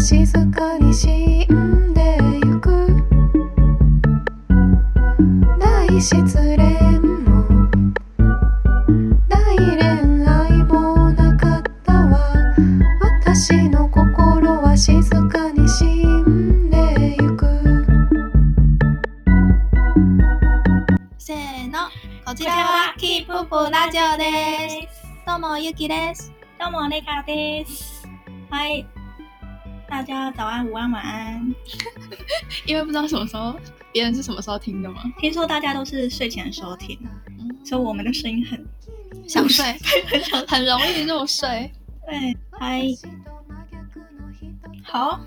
静かに死んでゆく大失恋も大恋愛もなかったわ私の心は静かに死んでゆくせーの、こちらはキープップラジオです。どうもゆきです。どうも、レカです。嗨，大家早安、午安、晚安。因为不知道什么时候别人是什么时候听的嘛，听说大家都是睡前收听，嗯所以我们的声音很想睡，很容易入睡。对。嗨，好，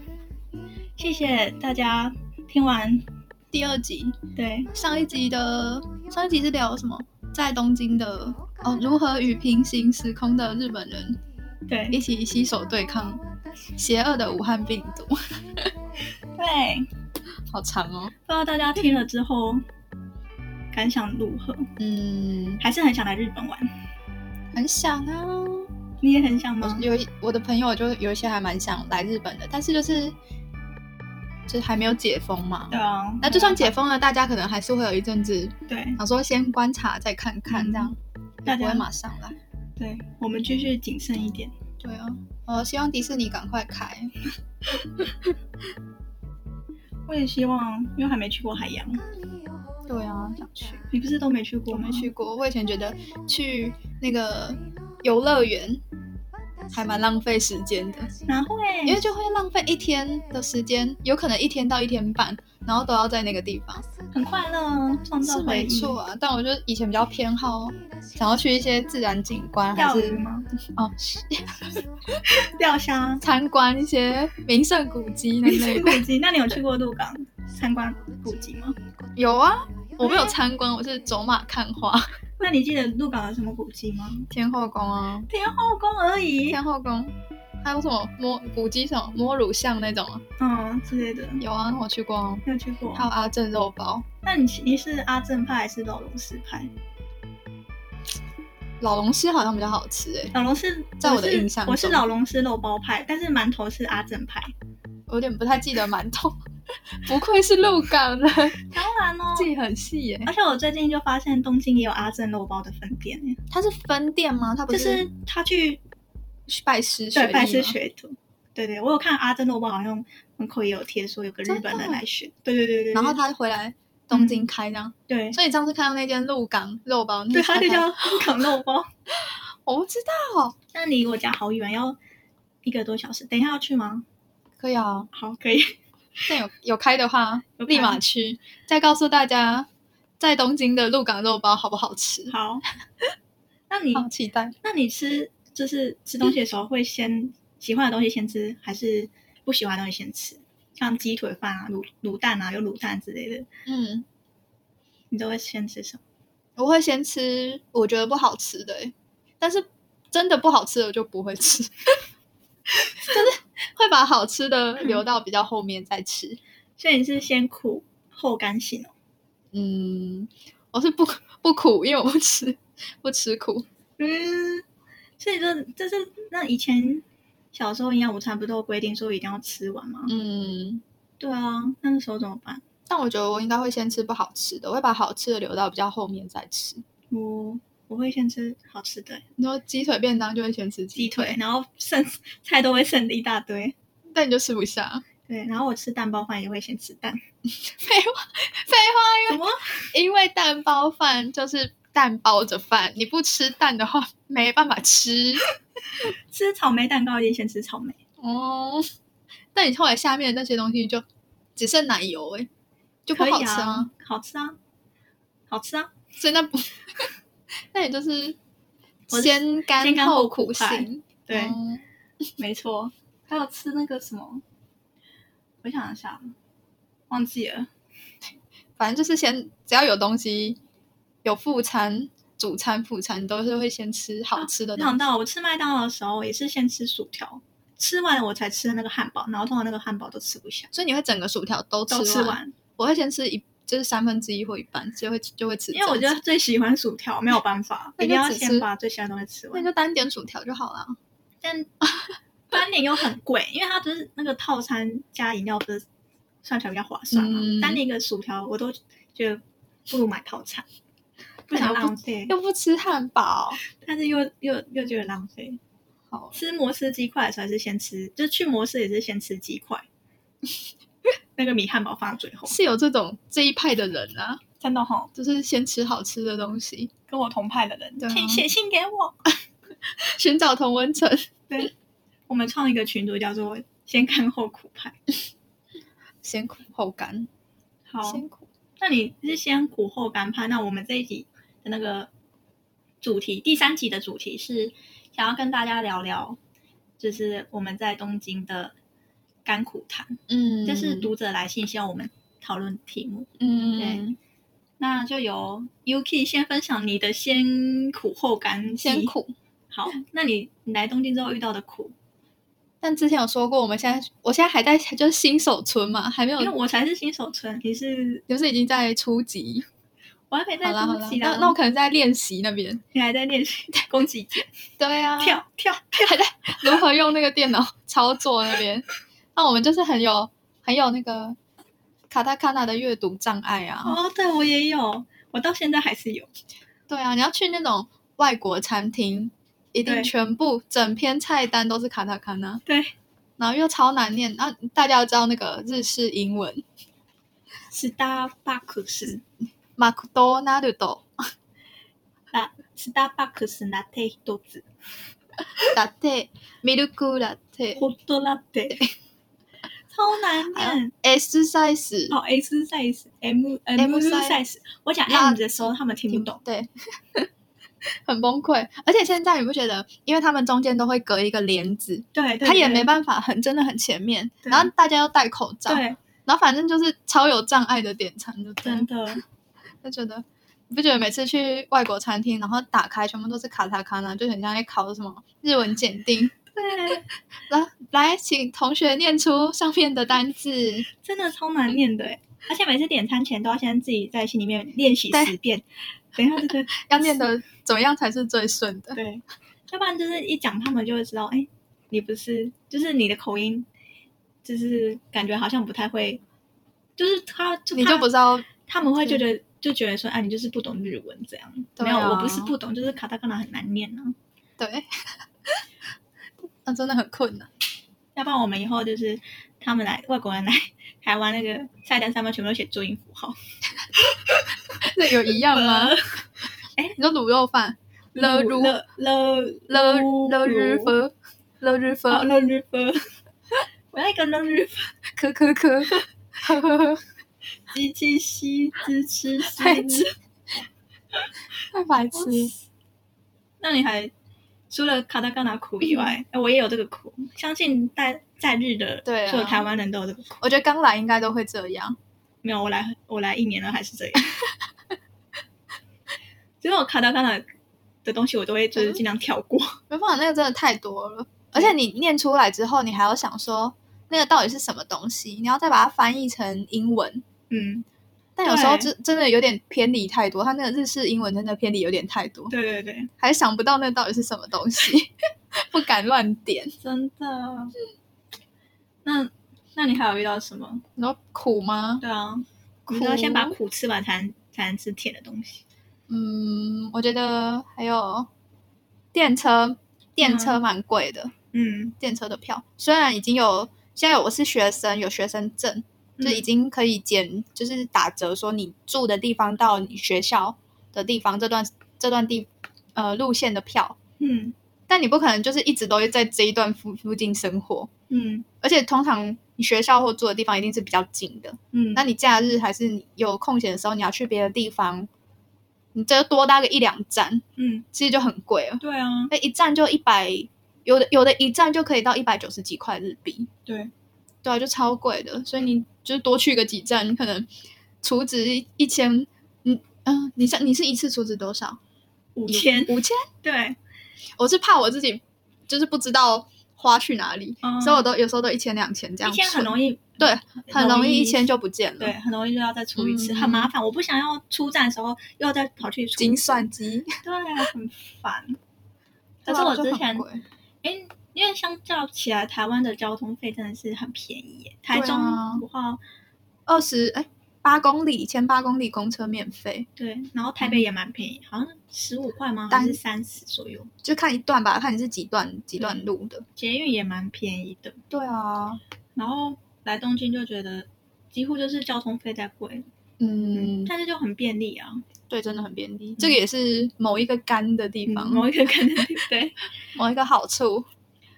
谢谢大家听完。第二集，对，上一集的上一集是聊什么？在东京的哦，如何与平行时空的日本人对，一起携手对抗邪恶的武汉病毒，对，好长哦。不知道大家听了之后感想如何？嗯，还是很想来日本玩？很想啊。你也很想吗我？有一我的朋友就有一些还蛮想来日本的，但是就是就是还没有解封嘛。对啊，那就算解封了，大家可能还是会有一阵子对想说先观察再看看，这样嗯大不会家马上来。对，我们继续谨慎一点。对啊，呃，希望迪士尼赶快开。我也希望，因为还没去过海洋，对啊，想去。你不是都没去过我吗？没去过，我以前觉得去那个呃游乐园还蛮浪费时间的，哪会？因为就会浪费一天的时间，有可能一天到一天半，然后都要在那个地方。很快乐，创造是回没忆。错啊，但我就以前比较偏好想要去一些自然景观，还钓鱼是吗？哦钓虾。参观一些名胜古迹那你类去的古。迹？那你有去过鹿港参观古迹吗？有啊，我没有参观，我是走马看花。那你记得鹿港有什么古迹吗？天后宫啊，天后宫而已天，后宫，还有什么摸古迹什么摸乳巷那种啊？嗯之类的，有啊，我去过啊。没有去过还。有阿正肉包，那你你是阿正派还是老龙寺派？老龙虾好像比较好吃哎、老龙寺，在我的是印象中我是老龙寺肉包派，但是馒头是阿正派。我有点不太记得馒头。 不愧是鹿港人， 当然哦。记很细欸耶、而且我最近就发现东京也有阿正肉包的分店，它是分店吗？它不就是他去拜师学艺对，拜师吗学徒。对对，我有看阿珍的，我好像门口也有贴说有个日真本的哦人来学。对对对对，然后对他回来东京开这样，对所以你上次看到那间鹿港肉包，嗯对，他他就叫 港肉包。我不知道，那离我家好远，要一个多小时。等一下要去吗？可以啊，好，可以。那有有开的话，有开立马去，再告诉大家在东京的鹿港肉包好不好吃，好，那你好期待。那你吃就是吃东西的时候会先喜欢的东西先吃，还是不喜欢的东西先吃？像鸡腿饭啊、卤卤蛋啊、有卤蛋之类的，嗯，你都会先吃什么？我会先吃我觉得不好吃的欸、但是真的不好吃的我就不会吃， 就是会把好吃的留到比较后面再吃。所以你是先苦后甘型哦。嗯，我是不不苦，因为我不吃不吃苦。嗯，所以这这是那以前小时候营养午餐不都有规定说一定要吃完吗？嗯，对啊，那个时候怎么办？但我觉得我应该会先吃不好吃的，我会把好吃的留到比较后面再吃。我我会先吃好吃的你说鸡腿便当就会先吃鸡鸡腿，腿，然后剩 菜都会剩一大堆。但你就吃不下。 对，然后我吃蛋包饭也会先吃蛋。哎废话，废话，什么？因为蛋包饭就是蛋包着饭，你不吃蛋的话没办法吃。吃草莓蛋糕一定先吃草莓。哦，但你后来下面的那些东西就只剩奶油哎、就不可以好吃啊啊，好吃啊，好吃啊。所以那不， 那也就是我是先先甘甘后后苦苦快行。对，嗯没错。还有吃那个什么，我想一下，忘记了。反正就是先只要有东西，有副餐、主餐、副餐，都是会先吃好吃的我东西。想到我吃麦当劳的时候，也是先吃薯条，吃完了我才吃那个汉堡，然后通常那个汉堡都吃不下，所以你会整个薯条都吃都吃完，我会先吃一，就是三分之一或一半，就会就会吃这因为样子。我觉得最喜欢薯条，没有办法，那一就定要只先吃把最喜欢的东西吃那完你。就单点薯条就好了。但斑点又很贵， 因为它就是那个套餐加饮料不是算起来比较划算嘛。嗯单点一个薯条我都觉得不如买套 餐，哎不那想你又浪费，又不吃汉堡，但是又又又觉得浪费。 好吃摩斯鸡块的时候还是先吃，就去摩斯也是先吃鸡块， 那个米汉堡放在最后。是有这种这一派的人啊，真的吼，就是先吃好吃的东西，跟我同派的人，对啊请写信给我。寻找同温层。对，我们创一个群组叫做“先看后苦派先苦后甘，”。好，先苦。那你是先苦后甘派？那我们这一集的那个主题，第三集的主题是想要跟大家聊聊，就是我们在东京的甘苦谈，嗯，这是读者来信希望我们讨论题目。嗯，那就由 Yuki 先分享你的先苦后甘，先。苦。好，那你你来东京之后遇到的苦，但之前有说过，我们现在我现在还在就是新手村嘛，还没有因为，我才是新手村，你是就是已经在初级。我还没在好啦好初啦，级那啦，那我可能在练习那边。你还在练习攻击键，对啊，跳跳，还在如何用那个电脑操作那边。 那我们就是很有很有那个卡塔卡纳的阅读障碍啊。哦，对我也有，我到现在还是有，对啊，你要去那种外国餐厅，一定对全部整篇菜单都是卡塔卡纳，对，然后又超难念。然后大家要知道那个日式英文， s t a r b u c k s 马库多纳鲁多 la Starbucks latte 一つ、ラ テ、ミルクラ テ、ホットラテ，超难念。 S サイズ，哦，S size、M M M size size，我讲那 M 的时候他们听不懂，对， 很崩溃。而且现在你不觉得，因为他们中间都会隔一个帘子，对，对他也对没办法很真的很前面，对然后大家要戴口罩，对，然后反正就是超有障碍的点餐，就真真的的，就觉得。你不觉得每次去外国餐厅，然后打开全部都是卡塔卡呢，就很像在考什么日文检定？对，来来，请同学念出上面的单字。真的超难念的欸，而且每次点餐前都要先自己在心里面练习对十遍，等一下这个要念的怎么样才是最顺 的？对，要不然就是一讲他们就会知道，哎，你不是，就是你的口音，就是感觉好像不太会，就是他就你就怕不知道他们会对就觉得就觉得说，啊，你就是不懂日文这样。对没有，我啊不是不懂，就是卡塔卡纳很难念啊。对， 那、真的很困难。要不然我们以后就是他们来外国人来台湾那个菜单上面全部都写注音符号。这有一样吗？哎你说卤肉饭，了如了了了了日佛，佛，了日佛，哦了日佛， 我要一个了日佛，咳咳 咳，呵呵呵，鸡鸡西之吃西太之痴。太白痴。那你还除了卡塔卡纳苦以外，哎我也有这个苦，相信在在日的嗯对啊所有台湾人都有这个苦。我觉得刚来应该都会这样。没有，我来我来一年了还是这样。 只有卡塔卡纳的东西，我都会就是尽量跳过。没办法，那个真的太多了，而且你念出来之后，你还要想说那个到底是什么东西，你要再把它翻译成英文。嗯，但有时候对真真的有点偏离太多，它那个日式英文真的偏离有点太多，对对对，还想不到那到底是什么东西， 不敢乱点。真的。那那你还有遇到什么？你说苦吗？对啊，苦你要先把苦吃完才能，才能吃甜的东西。嗯，我觉得还有电车，电车蛮贵的，嗯，电车的票虽然已经有现在有我是学生，有学生证，就嗯已经可以减，就是打折，说你住的地方到你学校的地方这段这段地呃路线的票，嗯但你不可能就是一直都会在这一段附附近生活，嗯而且通常你学校或住的地方一定是比较近的，嗯，那你假日还是你有空闲的时候，你要去别的地方，你这多搭个一两站，嗯，其实就很贵了。对啊，那一站就一百，有的有的一站就可以到一百九十几块日币，对，对啊，就超贵的。所以你就是多去个几站，你可能储值一一千，嗯嗯、你像你是一次储值多少？五千，五千？对，我是怕我自己就是不知道花去哪里，嗯所以我都有时候都一千两千这一样，千很容易，对，很容易一千就就不见了。对，，很容易就要再出一次，嗯很麻烦。我不想要出站的时候又要再跑去出，精算机，啊对，很烦。对可是啊我就之很前，贵哎，因为相较起来，台湾的交通费真的是很便宜耶。台对中啊的话，二十哎八公里，前八公里公车免费，对，然后台嗯北也蛮便宜，好像十五块吗？还单是三十左右？就看一段吧，看你是几段几段对路的。捷运也蛮便宜的。对啊，然后来东京就觉得几乎就是交通费在贵，嗯，但是就很便利啊。对，真的很便利。这个也是某一个干的地方，嗯某一个可能对，某一个好处，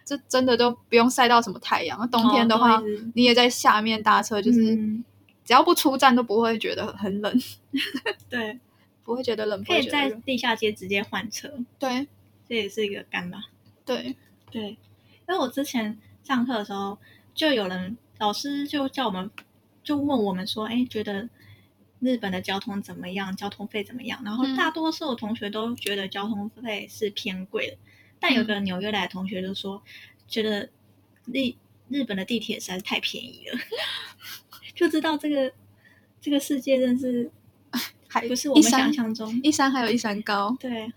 这真的都不用晒到什么太阳。冬天的话，哦都一直你也在下面搭车，就是嗯只要不出站都不会觉得很冷，对，不会觉得冷，不可会以觉得在热。地下街直接换车，对这也是一个干吧。对，对，因为我之前上课的时候，就有人老师就叫我们，就问我们说，哎，觉得日本的交通怎么样？交通费怎么样？然后嗯大多数的同学都觉得交通费是偏贵的，但嗯有个纽约来的同学就说，觉得日日本的地铁实在是太便宜了， 就知道这个这个世界真是还不是我一们想山象中。一山还有一山高。对，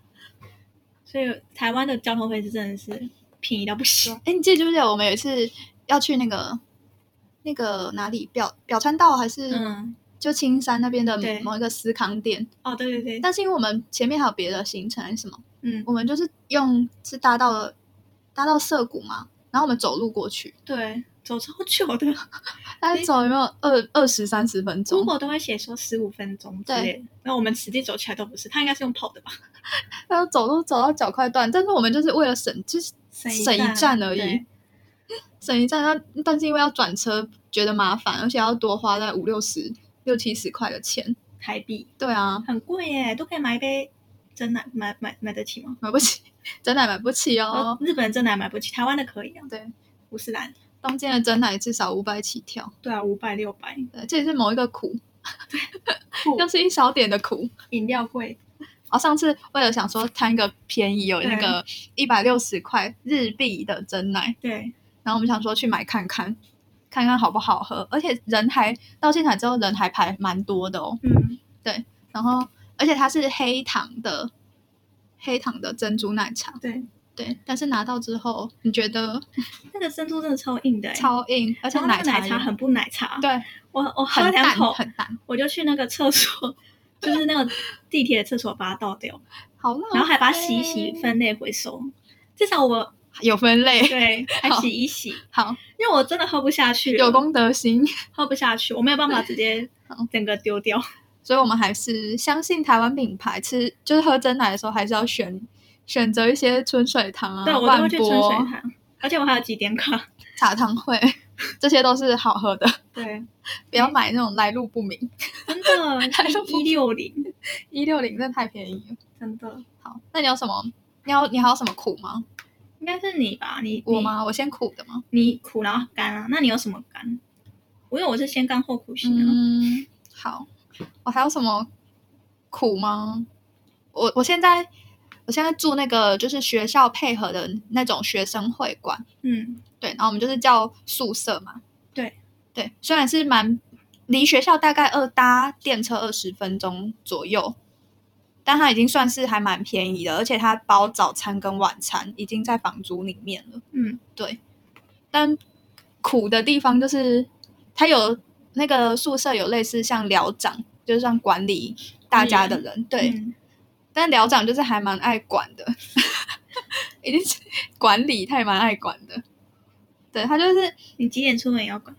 所以台湾的交通费是真的是便宜到不行。哎，你记不记得我们有一次要去那个那个哪里表表参道还是、嗯，就青山那边的对某一个私康店？哦，对对对，但是因为我们前面还有别的行程还是什么，嗯，我们就是用是搭到了搭到涩谷嘛，然后我们走路过去，对，走超久的 大概走有没有二二十三十分钟？ ，Google 都会写说十五分钟之类的，那我们实际走起来都不是，他应该是用跑的吧？然后走路走到脚快断，但是我们就是为了省，就是省省一站而已对，省一站，那但是因为要转车觉得麻烦，而且要多花在五六十、六七十块的钱。台币对啊，很贵耶，都可以买一杯真奶，买买买得起吗？买不起，真奶买不起哦。日本真奶买不起，台湾的可以啊，对，五十兰，东京的真奶至少五百起跳，对啊，五百六 百，对，这也是某一个苦，酷又是一小点的苦。饮料贵，哦，上次为了想说贪个便宜，有那个一百六十块日币的真奶，对，然后我们想说去买看看，看看好不好喝，而且人还到现场之后人还排蛮多的哦。嗯，然后，而且它是黑糖的，黑糖的珍珠奶茶。对，对，但是拿到之后，你觉得那个珍珠真的超硬的耶，欸超硬，而且然后那个茶奶也茶很不奶茶，对，我我喝很两淡口，很淡，我就去那个厕所， 就是那个地铁的厕所把它倒掉。好浪费。然后还把它洗一洗，分类回收。至 少我有分类，对还洗一洗，好因为我真的喝不下去了，有公德心，喝不下去，我没有办法直接 好整个丢掉。所以我们还是相信台湾品牌吃，就是喝真奶的时候还是要选选择一些春水堂啊、对我都万会去春水波、堂，而且我还有几点卡。茶汤会， 这些都是好喝的， 对，不要买那种来路不明。真 的，一六零，一六零真的太便宜了。真的，好，那你有什么？你要你还有什么苦吗？应该是你吧？你我？吗？我先苦的吗？你你苦然后甘啊？那你有什么甘？我因为我是啊先甘后苦型的，嗯，好，我还有什么苦吗？我我现在我现在住那个就是学校配合的那种学生会馆。嗯，对，然后我们就是叫宿舍嘛。对对，虽然是蛮离学校大概二搭电车二十分钟左右，但它已经算是还蛮便宜的，而且它包早餐跟晚餐已经在房租里面了。嗯，对。但苦的地方就是它有那个宿舍有类似像寮长，就是像管理大家的人，对。嗯但寮长就是还蛮爱管的， 一定是管理他也蛮爱管的。对他就是你几点出门也要管？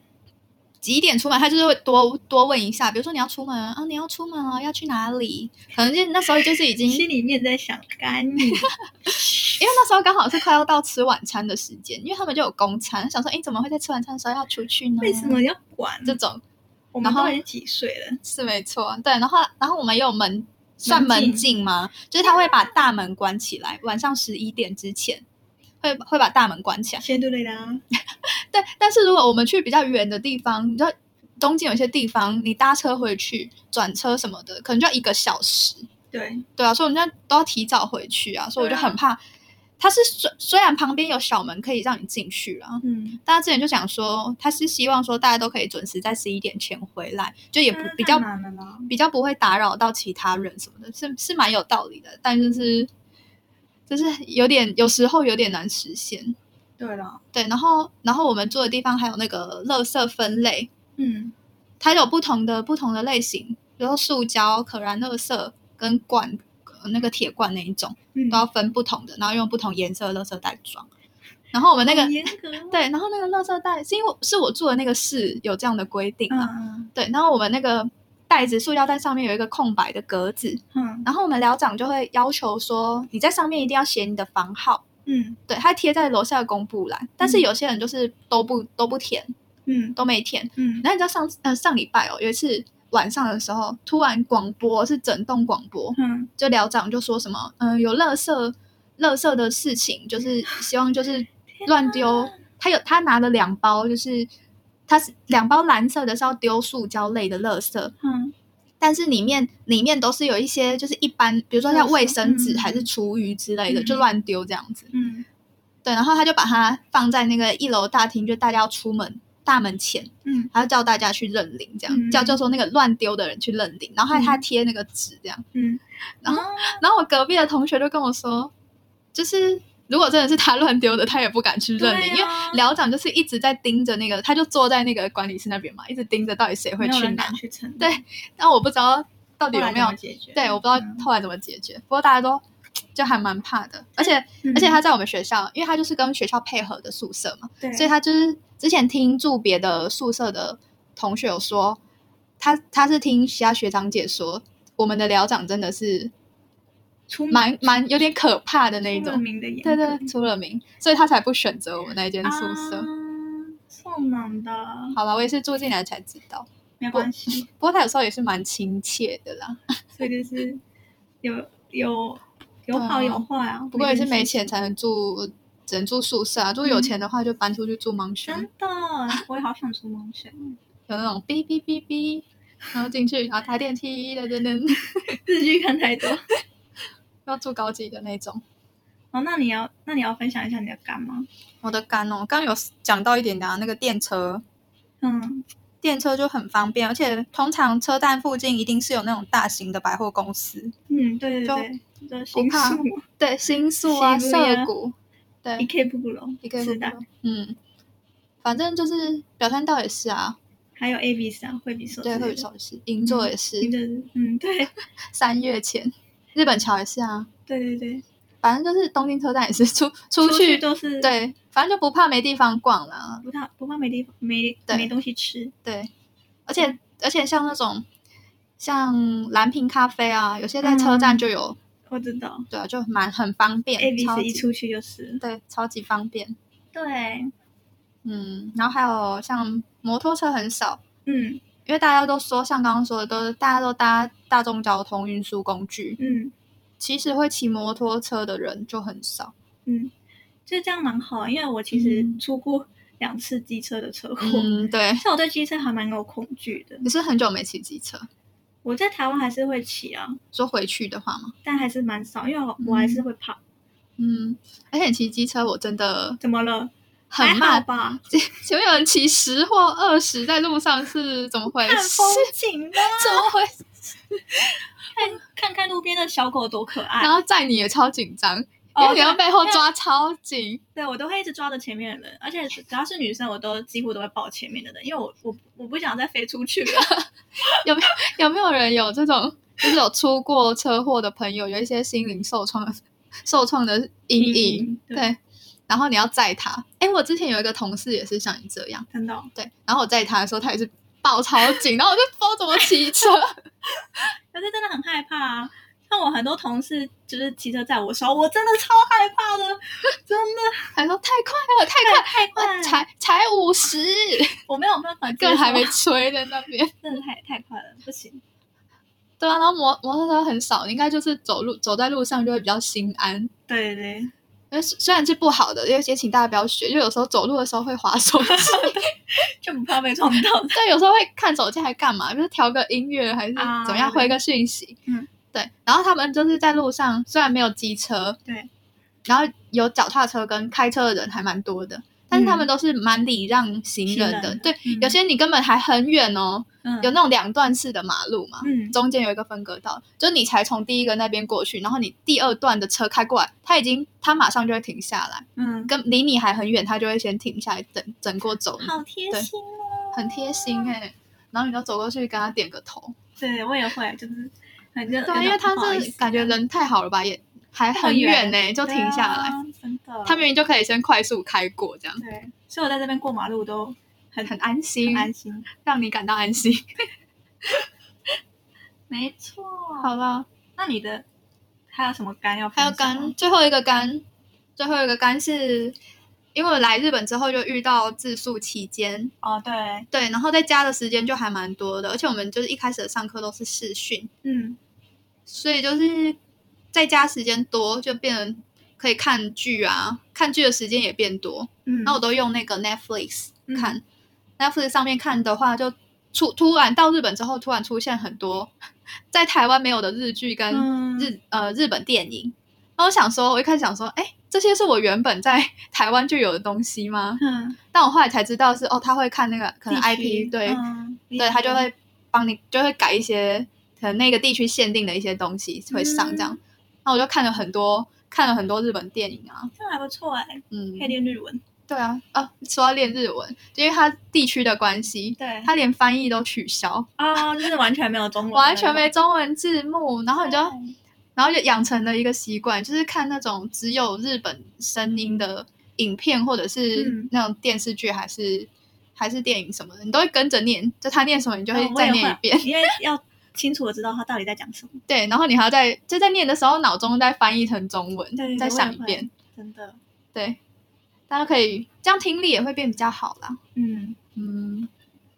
几点出门，他就是会多多问一下，比如说你要出门啊，你要出门啊，要去哪里？可能就那时候就是已经，因为心里面在想 干你，那时候刚好是快要到吃晚餐的时间，因为他们就有公餐，想说，哎，怎么会在吃晚餐的时候要出去呢？为什么要管？这种我们然后都已经几岁了？是没错，对。然后然后我们也有门，算门门禁禁吗？就是他会把大门关起来，晚上十一点之前会会把大门关起来。先对啊啦，对，但是如果我们去比较远的地方，你知道东京有些地方，你搭车回去、转车什么的，可能就要一个小时。对，对啊，所以我们现在都要提早回去啊，所以我就对啊很怕。它是虽虽然旁边有小门可以让你进去啊，嗯，大家之前就想说，他是希望说大家都可以准时在十一点前回来，就也不那比较太难了啦。比较不会打扰到其他人什么的，是是蛮有道理的，但就是就是有点有时候有点难实现。对了，对，然后然后我们住的地方还有那个垃圾分类，嗯，它有不同的不同的类型，比如说塑胶、可燃垃圾跟罐呃那个铁罐那一种，嗯都要分不同的，然后用不同颜色的垃圾袋装。然后我们那个好严格哦，对，然后那个垃圾袋是因为是我住的那个市有这样的规定嗯啊，嗯对，然后我们那个袋子塑料袋上面有一个空白的格子，嗯然后我们寮长就会要求说你在上面一定要写你的房号，嗯对，他贴在楼下的公布栏，但是嗯有些人就是都不都不填，嗯都没填。嗯，然后你知道上次呃上礼拜哦，有一次晚上的时候，突然广播是整栋广播，嗯就寮长就说什么，嗯、有垃圾垃圾的事情，就是希望就是乱丢。他有他拿了两包，就是他是两包蓝色的是要丢塑胶类的垃圾，嗯但是里面里面都是有一些就是一般，比如说像垃圾卫生纸嗯还是厨余之类的，嗯就乱丢这样子。嗯对，然后他就把它放在那个一楼大厅，就大家要出门大门前，嗯他就叫大家去认领，这样、嗯叫叫说那个乱丢的人去认领，然后还嗯他贴那个纸这样。嗯，然后哦然后我隔壁的同学就跟我说，就是如果真的是他乱丢的，他也不敢去认领，对因为啊寮长就是一直在盯着那个，他就坐在那个管理室那边嘛，一直盯着到底谁会没有去人拿敢。去承对担，但我不知道到底有后来没怎有么，解决？对，我不知道嗯后来怎么解决。不过大家都就还蛮怕的，而且嗯而且他在我们学校，因为他就是跟学校配合的宿舍嘛，对，所以他就是之前听住别的宿舍的同学有说，他他是听其他学长姐说，我们的寮长真的是出名蛮蛮有点可怕的那一出了种，名的严对格，对，出了名，所以他才不选择我们那一间宿舍。啊，送暖的，好了，我也是住进来才知道，没关系，不过他有时候也是蛮亲切的啦，所以就是有有有好有坏啊，不过也是每没件事钱才能住，只能住宿舍啊。住有钱的话就搬出去住盲区，真的，我也好想出啊蒙圈，有那种哔哔哔哔，然后进去，然后搭电梯，噔噔噔，日剧看太多。要住高级的那种。哦，那你要那你要分享一下你的感吗？我的肝哦，刚刚有讲到一点的、啊、那个电车，嗯电车就很方便，而且通常车站附近一定是有那种大型的百货公司，嗯，对对对，这个不新怕宿对，新宿啊、西部呀涩谷，对一，K 不不龙，一个知道，嗯，反正就是表参道也是啊，还有 A B 三惠比寿之类对，的，会比寿也是，银座也是，对对嗯对三月前，日本桥也是啊，对对对，反正就是东京车站也是出出出去，都是对，反正就不怕没地方逛啦，不怕不怕没地方没对没东西吃，对，而且、而且像那种像蓝瓶咖啡啊，有些在车站就有，我知道对啊，就蛮很方便 A B 超三一级出去就是，对，超级方便，对，嗯，然后还有像摩托车很少。嗯因为大家都说，像刚刚说的，都是大家都搭大众交通运输工具，嗯其实会骑摩托车的人就很少。嗯，就这样蛮好，啊因为我其实嗯出过两次机车的车祸，嗯，对。像我对机车还蛮有恐惧的，你是很久没骑机车，我在台湾还是会骑啊，说回去的话吗？但还是蛮少，因为我我还是会怕。嗯，而且你骑机车我真的怎么了？很还好慢，吧？前面有人骑十或二十在路上是怎么回看事风？啊景吧， 怎么回事？看看看路边的小狗多可爱然。后载你也超紧张，哦因为你要对被后抓超紧。对我都会一直抓着前面的人，而且只要是女生，我都几乎都会抱前面的人，因为我我我不想再飞出去了。有没有有没有人有这种，就是有出过车祸的朋友，有一些心灵受创的受创的 阴阴影影，嗯对对。然后你要载他，哎，我之前有一个同事也是像你这样，真的哦，对。然后我载他的时候，他也是抱超 紧，然后我就不知道怎么骑车，可是真的很害怕啊。像我很多同事就是骑车载我手，我真的超害怕的，真的他说太快了，太太快快了，了，才才五 十，我没有办法接受，更还没吹在那边。真的太太快了，不行。对啊，然后摩摩托车很少，应该就是走路走在路上就会比较心安。对对对，因为虽虽然是不好的，也也请大家不要学，因为有时候走路的时候会滑手机。就不怕被撞到。对，有时候会看手机还干嘛？就是调个音乐还是怎啊么样，对回个讯息。嗯，对。然后他们就是在路上，虽然没有机车，对，然后有脚踏车跟开车的人还蛮多的，但是他们都是蛮礼让行人的。嗯行人对，嗯有些你根本还很远哦，嗯有那种两段式的马路嘛，嗯中间有一个分隔道，就是你才从第一个那边过去，然后你第二段的车开过来，他已经他马上就会停下来，嗯，跟离你还很远，他就会先停下来等整过走你，好贴心哦。很贴心哎、然后你就走过去跟他点个头，对我也会，就是反正对啊，因为他这是感觉人太好了吧，也还很远呢、欸就停下来。，对啊真的。他明明就可以先快速开过，这样对，所以我在这边过马路都很很安心，很安心。让你感到安心。没错。 好，了，那你的还有什么干要分还有享吗？肝，最后一个肝，最后一个肝是因为我来日本之后就遇到自宿期间，哦，对，对，然后在家的时间就还蛮多的，而且我们就是一开始的上课都是视讯，嗯所以就是在家时间多，就变成可以看剧啊，看剧的时间也变多。嗯，那我都用那个 Netflix 嗯看、n e t f l i x 上面看的话，就出突然到日本之后，突然出现很多在台湾没有的日剧跟嗯日、呃日本电影。然后我想说，我一开始想说，哎，这些是我原本在 台湾就有的东西吗？嗯，但我后来才知道是哦，他会看那个可能地区 IP，对、嗯对，他就会帮你就会改一些可能那个地区限定的一些东西会上这样。嗯那、我就看了很多看了很多日本电影啊，这样还不错哎，嗯，可以练日文。对啊，啊，说到练日文，就因为它地区的关系，对，它连翻译都取消，哦，就是完全没有中文，完全没中文字幕，然后你就，对然后就养成了一个习惯，就是看那种只有日本声音的影片，或者是嗯那种电视剧，还是还是电影什么的，你都会跟着念，就他念什么，你就会嗯我再也念一遍， 因为要清楚的知道他到底在讲 什么，对，然后你还要在就在念的时候，脑中再翻译成中文，对对再我也想一会遍，真的，对，大家可以这样听力也会变比较好啦，嗯，嗯。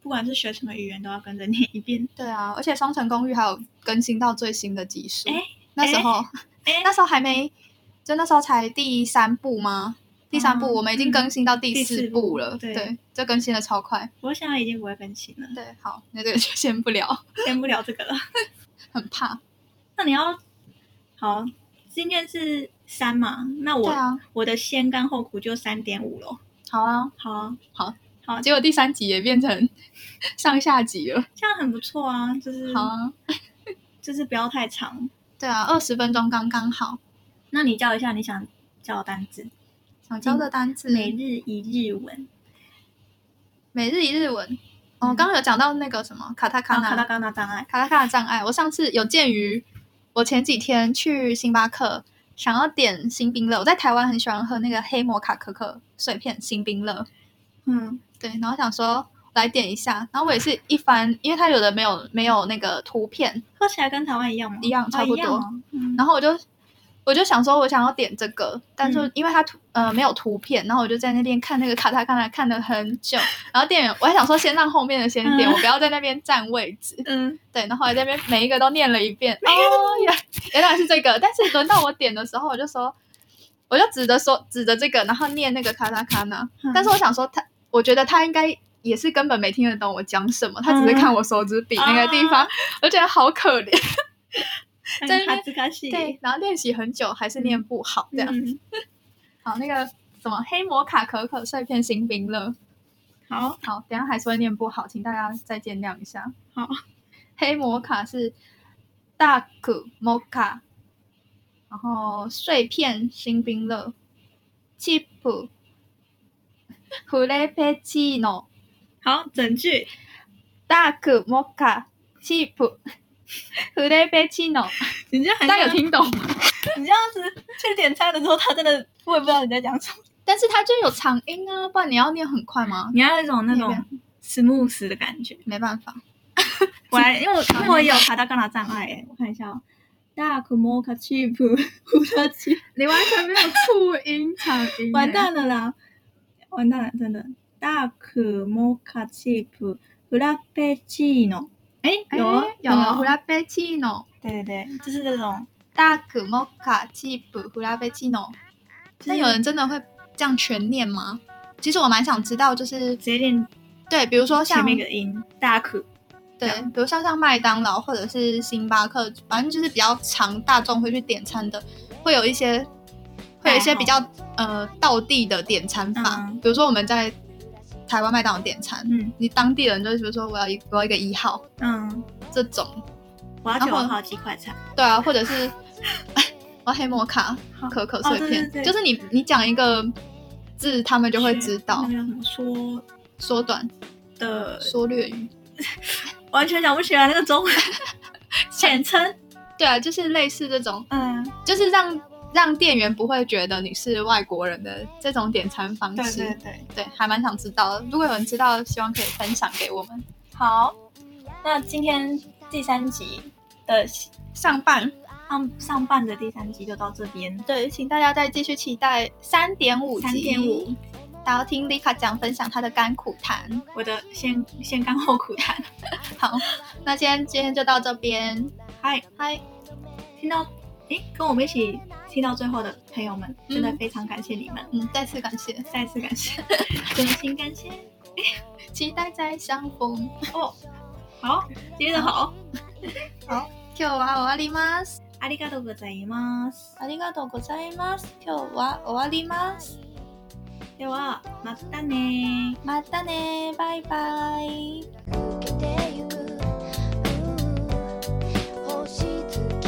不管是学什么语言，都要跟着念一遍。 对啊，而且《双城公寓》还有更新到最新的集数。哎那时候，哎那时候还没，就那时候才第三部吗？第三部、嗯我们已经更新到第第四四部部了，对嗯对，这更新的超快。我现在已经不会更新了，对，好，那这个就先不聊，先不聊这个了。 很怕。那你要好，今天是三嘛？那我、对啊我的先甘后苦就三点五咯。好啊，好啊，结果第三集也变成 上下集了。这样很不错啊，就是好啊，就是不要太长。对啊，二十分钟刚刚好。那你教一下你想教的单字，想教的单词，每日一日文，每日一日文。哦，嗯刚刚有讲到那个什么卡塔卡然后纳，卡到刚刚障碍。卡拉卡的障碍。我上次有鉴于我前几天去星巴克，想要点新冰乐。我在台湾很喜欢喝那个黑摩卡可可碎片新冰乐，嗯对，然后想说来点一下，然后我也是一翻，因为它有的没有没有那个图片，喝起来跟台湾一样吗？一样哦差不多一样哦嗯，然后我就。我就想说，我想要点这个，但是嗯因为它图呃没有图片，然后我就在那边看那个卡塔卡纳看了很久，然后店员我还想说先让后面的先点，嗯我不要在那边占位置，嗯，对，然后我在那边每一个都念了一遍，哦，原原来是这个。但是轮到我点的时候，我就说，我就指着说指着这个，然后念那个卡纳卡纳。嗯但是我想说他，我觉得他应该也是根本没听得懂我讲什么，他只是嗯看我手指比那个地啊方，我觉得好可怜。在那边但是卡西对，然后练习很久还是念不好，这样。嗯，好，那个什么黑摩卡可可碎片新冰乐，好，好，等一下还是会念不好，请大家再见谅一下。好，黑摩卡是大可摩卡，然后碎片新冰乐，chip フレペチーノ好，整句大可摩卡 chip フレペチーノ，你这样很大家有像听懂吗？你这样子去点餐的时候，他真的我也不知道你在讲什么，但是它就有长音啊，不然你要念很快吗？你要有一种那那种 smooth 的感觉。没办法，我来，因为我因为我也有卡到干嘛障碍、欸，我看一下哦。大苦摩卡 cheap 胡拉奇，你完全没有促音长音、 完蛋了啦！完蛋了，真的。大苦摩卡 cheap 胡拉贝奇诺，哎，有哦欸有啊哦胡拉贝奇诺，对对对，就是这种。大可莫卡基普胡拉贝奇诺。那有人真的会这样全念吗？其实我蛮想知道，就是直接念对，比如说前像面一个音，大苦。对，比如像像麦当劳或者是星巴克，反正就是比较常大众会去点餐的，会有一些会有一些比较呃道地的点餐法，嗯比如说我们在台湾麦当劳点餐，嗯你当地人就是比如说我要一我要一个一号嗯，这种，我要然九后号鸡块菜，对啊，或者是哎我要黑摩卡可可碎片，哦对对对就是你你讲一个字，他 们就会知道那个叫什么说缩短的，缩略语。完全想不起来那个 中文简称，对啊，就是类似这种，嗯，就是让让店员不会觉得你是外国人的这种点餐方对式。对对，对还蛮想知道的。如果有人知道，希望可以分享给我们。好，那今天第三集的上半上上半的第三集就到这边，对，请大家再继续期待三点五集， 3.5，然后听 Lika 讲分享她的甘苦谈。我的先先干后 苦谈，好，那今天今天就到这边，嗨，嗨，听到诶，跟我们一起听到最后的朋友们，真的嗯非常感谢你们，嗯，再次感谢，再次感谢， 真心感谢。期待再相逢。哦，好，接着好，今日は終わります。ありがとうございます。ありがとうございます。今日は終わります。では、またねまたね、バイバイ。 「抜けてゆく」「星屑